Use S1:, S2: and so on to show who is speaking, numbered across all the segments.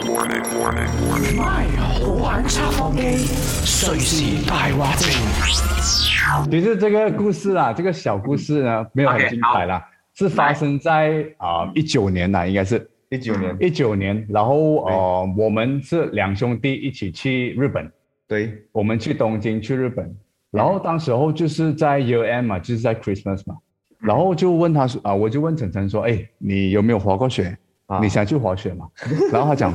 S1: warning, warning, warning.
S2: 咪好玩测谎机，谁是大话精？
S3: 其实这个故事啊，这个小故事呢，没有很
S4: OK，
S3: 精彩啦是发生在啊一九年啦，应该是
S5: 一九年，
S3: 一九年。然后呃，我们是两兄弟一起去日本，
S5: 对，
S3: 我们去东京去日本，然后当时候就是在 U M 嘛，就是在 Christmas 嘛，
S5: 嗯
S3: 然后就问他说啊，我就问晨晨说，哎，你有没有滑过雪？
S5: 啊
S3: 你想去滑 雪吗？然后他讲，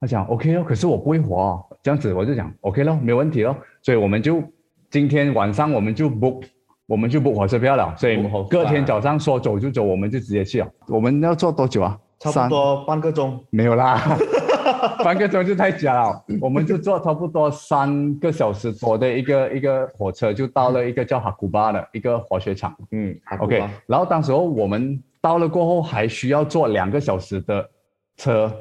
S3: 他讲 OK 哦，可是我不会滑、哦，这样子我就讲 OK 咯，没问题咯。所以我们就今天晚上我们就 book，我们就 book 火车票了。所以
S5: 哦好快啊
S3: 隔天早上说走就走，我们就直接去了。我们要坐多久啊？
S5: 差
S3: 三
S5: 不多半个钟，
S3: 没有啦， 半个钟就太假了。我们就坐差不多三个小时多的一个一个火车，就到了一个叫哈古巴的一个滑雪场。
S5: 嗯好
S3: OK，
S5: 吧
S3: 然后当时候我们到了过后，还需要坐两个小时的车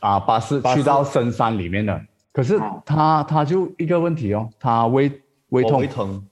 S3: 啊巴士
S5: 巴士
S3: 去到深山里面的。可是他他就一个问题哦，他胃胃
S5: 我
S3: 痛
S5: 胃，疼，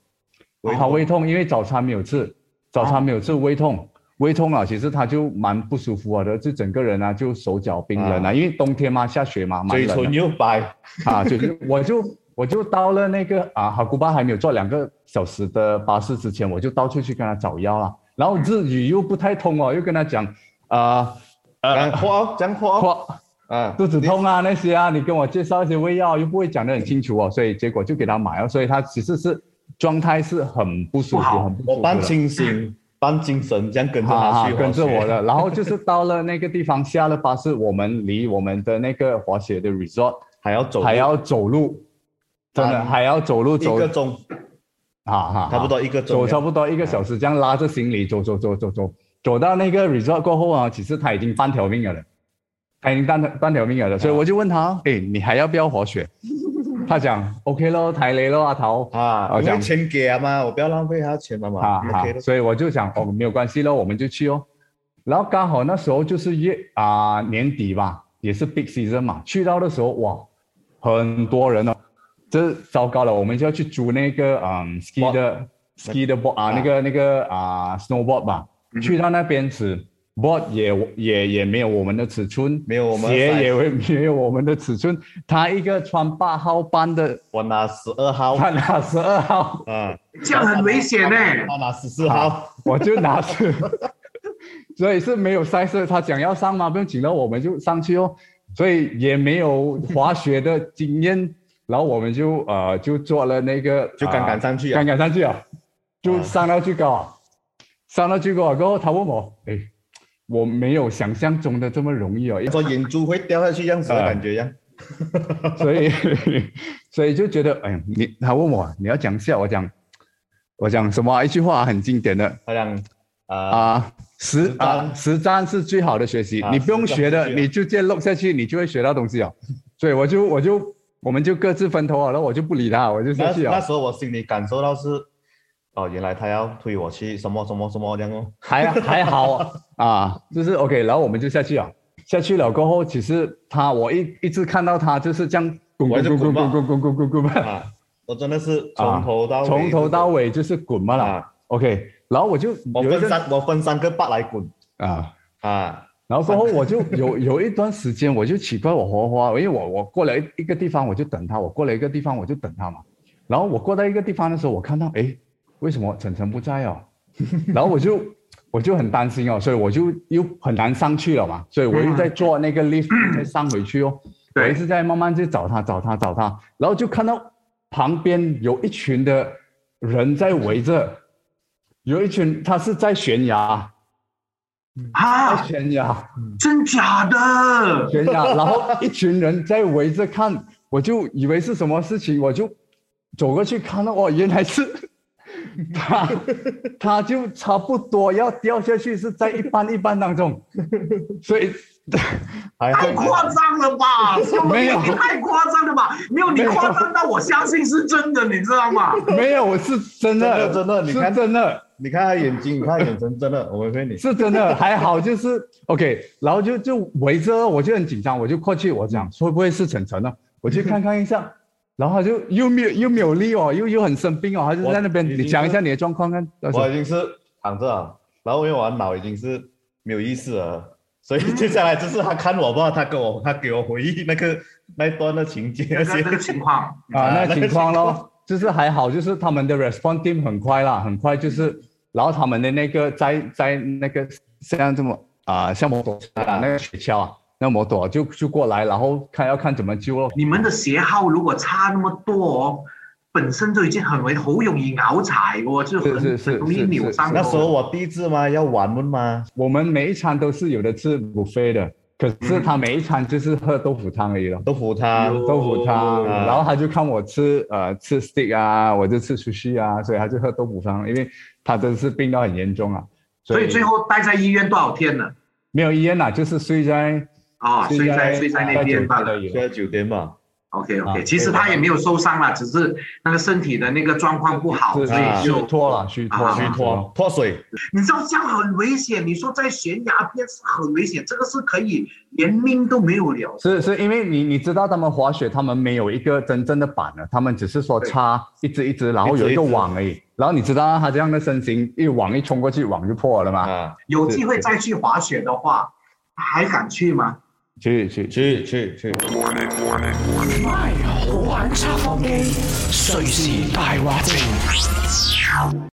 S3: 他哦胃痛，因为早餐没有吃，早餐没有吃，胃痛，胃痛啊了，其实他就蛮不舒服啊的，就整个人啊就手脚冰冷啊，
S5: 啊
S3: 因为冬天嘛，下雪嘛，蛮
S5: 嘴
S3: 冷
S5: 唇
S3: 的
S5: 又白，
S3: 啊，就是我就 我就到了那个啊哈古巴还没有坐两个小时的巴士之前，我就到处去跟他找药了，然后日语又不太通哦，又跟他讲啊
S5: 讲话哦讲话
S3: 我
S5: 啊，
S3: 肚子痛啊那些啊，你跟我介绍一些胃药，又不会讲得很清楚哦，所以结果就给他买了，哦所以他其实是状态是很不舒
S4: 不好
S3: 服，很不舒服的。
S5: 我半清 醒半精神，这样跟着他啊去滑雪，
S3: 啊跟着我的。然后就是到了那个地方，下了巴士，我们离我们的那个滑雪的 resort
S5: 还要走
S3: 还要走路，真的
S5: 嗯
S3: 还要走路
S5: 一
S3: 走
S5: 个钟，
S3: 啊哈，
S5: 差不多一个
S3: 走
S5: 钟，
S3: 差不多一个小时，这样拉着行李走走走走走，走到那个 resort 过后啊，其实他已经半条命了的，他已经半半条命了的，
S5: 啊
S3: 所以我就问他，哎，你还要不要滑雪？他讲 OK 咯，台雷咯，阿桃
S5: 啊，
S3: 我
S5: 因为
S3: 哦讲
S5: 钱给啊嘛，我不要浪费他钱嘛嘛
S3: 啊啊
S5: ，OK 的，
S3: 所以我就想哦，没有关系咯，我们就去哦。然后刚好那时候就是月啊、年底吧，也是 big season 嘛，去到的时候哇，很多人哦，这糟糕了，我们就要去租那个嗯 ski 的 ski 的 board 啊，那个那个啊 snowboard 吧，
S5: 嗯
S3: 去到那边吃 board 也也也没有我们的尺寸，
S5: 没有我们的
S3: 鞋
S5: size
S3: 也会 没有我们的尺寸，他一个穿八号半的，
S5: 我拿十二号
S3: 他拿十二号。
S5: 啊，
S4: 这样很危险呢、欸
S5: 他拿十四号，
S3: 我就拿着，所以是没有赛事，他想要上嘛，不用紧了，我们就上去哦。所以也没有滑雪的经验，然后我们就呃就做了那个，
S5: 就刚刚上去啊
S3: 呃刚，刚上去啊，就
S5: 啊
S3: 上到最高啊，上到最高啊，过后他问我，哎，我没有想象中的这么 容易哦，因为
S5: 说眼珠会掉下去这样
S3: 啊
S5: 子的感觉一样，
S3: 所以所以就觉得，哎，你他问我你要讲一下，我讲我讲什么啊、一句话很经典的，
S5: 好像啊，
S3: 啊，实
S5: 实战
S3: 啊，实战是最好的学习，
S5: 啊
S3: 你不用学
S5: 实战是最
S3: 的，
S5: 好的
S3: 你就直接录下去，你就会学到东西哦。所以我就我就我们就各自分头好了，我就不理他，我就
S5: 那
S3: 下去
S5: 那
S3: 了。
S5: 时候我心里感受到是，哦，原来他要推我去什么什么什么这样哦，
S3: 还还好啊，就是 OK，然后我们就下去了。下去了过后，其实他我一一直看到他就是这样滚
S5: 我
S3: 滚
S5: 就滚
S3: 滚滚
S5: 吧
S3: 滚滚滚滚滚滚滚吧，
S5: 啊，我真的是哦从头到尾
S3: 从头到尾就是滚嘛啦。
S5: 啊，
S3: OK，然后我就
S5: 我
S3: 有一
S5: 分
S3: 阵
S5: 三我分三个八来滚
S3: 啊，
S5: 啊，
S3: 然后过后我就有有一段时间，我就奇怪我活花，因为我我过了一一个地方我就等他，我过了一个地方我就等他嘛。然后我过到一个地方的时候，我看到诶，为什么晨晨不在哦？ 然后我就我就很担心哦，所以我就又很难上去了嘛，所以我又在做那个 lift 再上回去哦。我
S4: 对
S3: 一直在慢慢去找他，找他，找他，然后就看到旁边有一群的人在围着，有一群他是在悬崖，在
S4: 啊，
S3: 悬崖。
S4: 真假的？
S3: 悬崖，然后一群人在围着看，我就以为是什么事情，我就走过去看到，哦，原来是 他，他就差不多要掉下去，是在一般一般当中，所以
S5: 还
S4: 太夸张了吧！
S3: 没有
S4: 你太夸张了吧？没有，你
S3: 没有
S4: 夸张到我相信是真的，你知道吗？
S3: 没有是真的，
S5: 真的真的你看
S3: 是真的，
S5: 你看他眼 睛，你看他眼神，真的，我没骗你。
S3: 是真的，还好就是 OK，然后就就围着，我就很紧张，我就过去，我讲会不会是晨晨呢？我去看看一下，然后他就又没有又没有力哦，又又很生病哦，他就
S5: 我
S3: 在那边，
S5: 已经
S3: 你讲一
S5: 是
S3: 下你的状况看。到时候
S5: 啊我已经是躺着了，然后因为我的脑已经是没有意识了，所以接下来就是他看我吧，他跟我他给我回忆那个那一段的情节那
S4: 那
S5: 些
S4: 个那。个情况，
S3: 啊，那
S5: 那个
S3: 情
S5: 情
S3: 况咯
S5: 况，
S3: 就是还好，就是他们的 response team 很快啦，很快就是，然后他们的那个在在那个像这么啊、像摩托车啊，那个雪橇啊，那摩托就就过来，然后看要看怎么救咯。
S4: 你们的鞋号如果差那么多哦，本身就已经很为好容易拗柴喎，就是很
S3: 是是
S4: 很容易扭 伤。哦
S5: 那时候我第一次嘛，要玩问嘛，
S3: 我们每一餐都是有的吃补飞的，可是他每一餐就是喝豆腐汤而已咯。
S5: 都服他。
S4: 嗯哟
S3: 豆腐汤，
S5: 啊
S3: 然后他就看我吃呃吃 steak 啊，我就吃 sushi 啊，所以他就喝豆腐汤，因为他真是病到很严重啊，
S4: 所以最后待在医院多少天了？
S3: 没有医院啦，就是睡在
S4: 哦，睡在睡在那边罢
S3: 酒店而
S4: 了。
S3: 已
S5: 睡到九点嘛，
S4: OK
S3: 啊
S4: OK，其实他也没有受伤了，只是那个身体的那个状况不好，
S3: 是
S4: 所以
S5: 啊
S3: 虚
S4: 就
S3: 脱了，虚脱，
S4: 啊
S5: 虚脱。脱水，
S4: 你知道这样很危险，你说在悬崖边是很危险，这个是可以连命都没有了。
S3: 是是因为你你知道他们滑雪，他们没有一个真正的板的，他们只是说
S4: 对
S3: 插一只一只，然后有
S5: 一
S3: 一个
S5: 只一只
S3: 网而已。然后你知道他这样的身形，一网一冲过去，网就破了嘛。
S5: 啊，
S4: 有机会再去滑雪的话，还敢去吗？
S3: 去去去，
S5: 去去去，
S2: My 好玩測謊機，隨時大話情。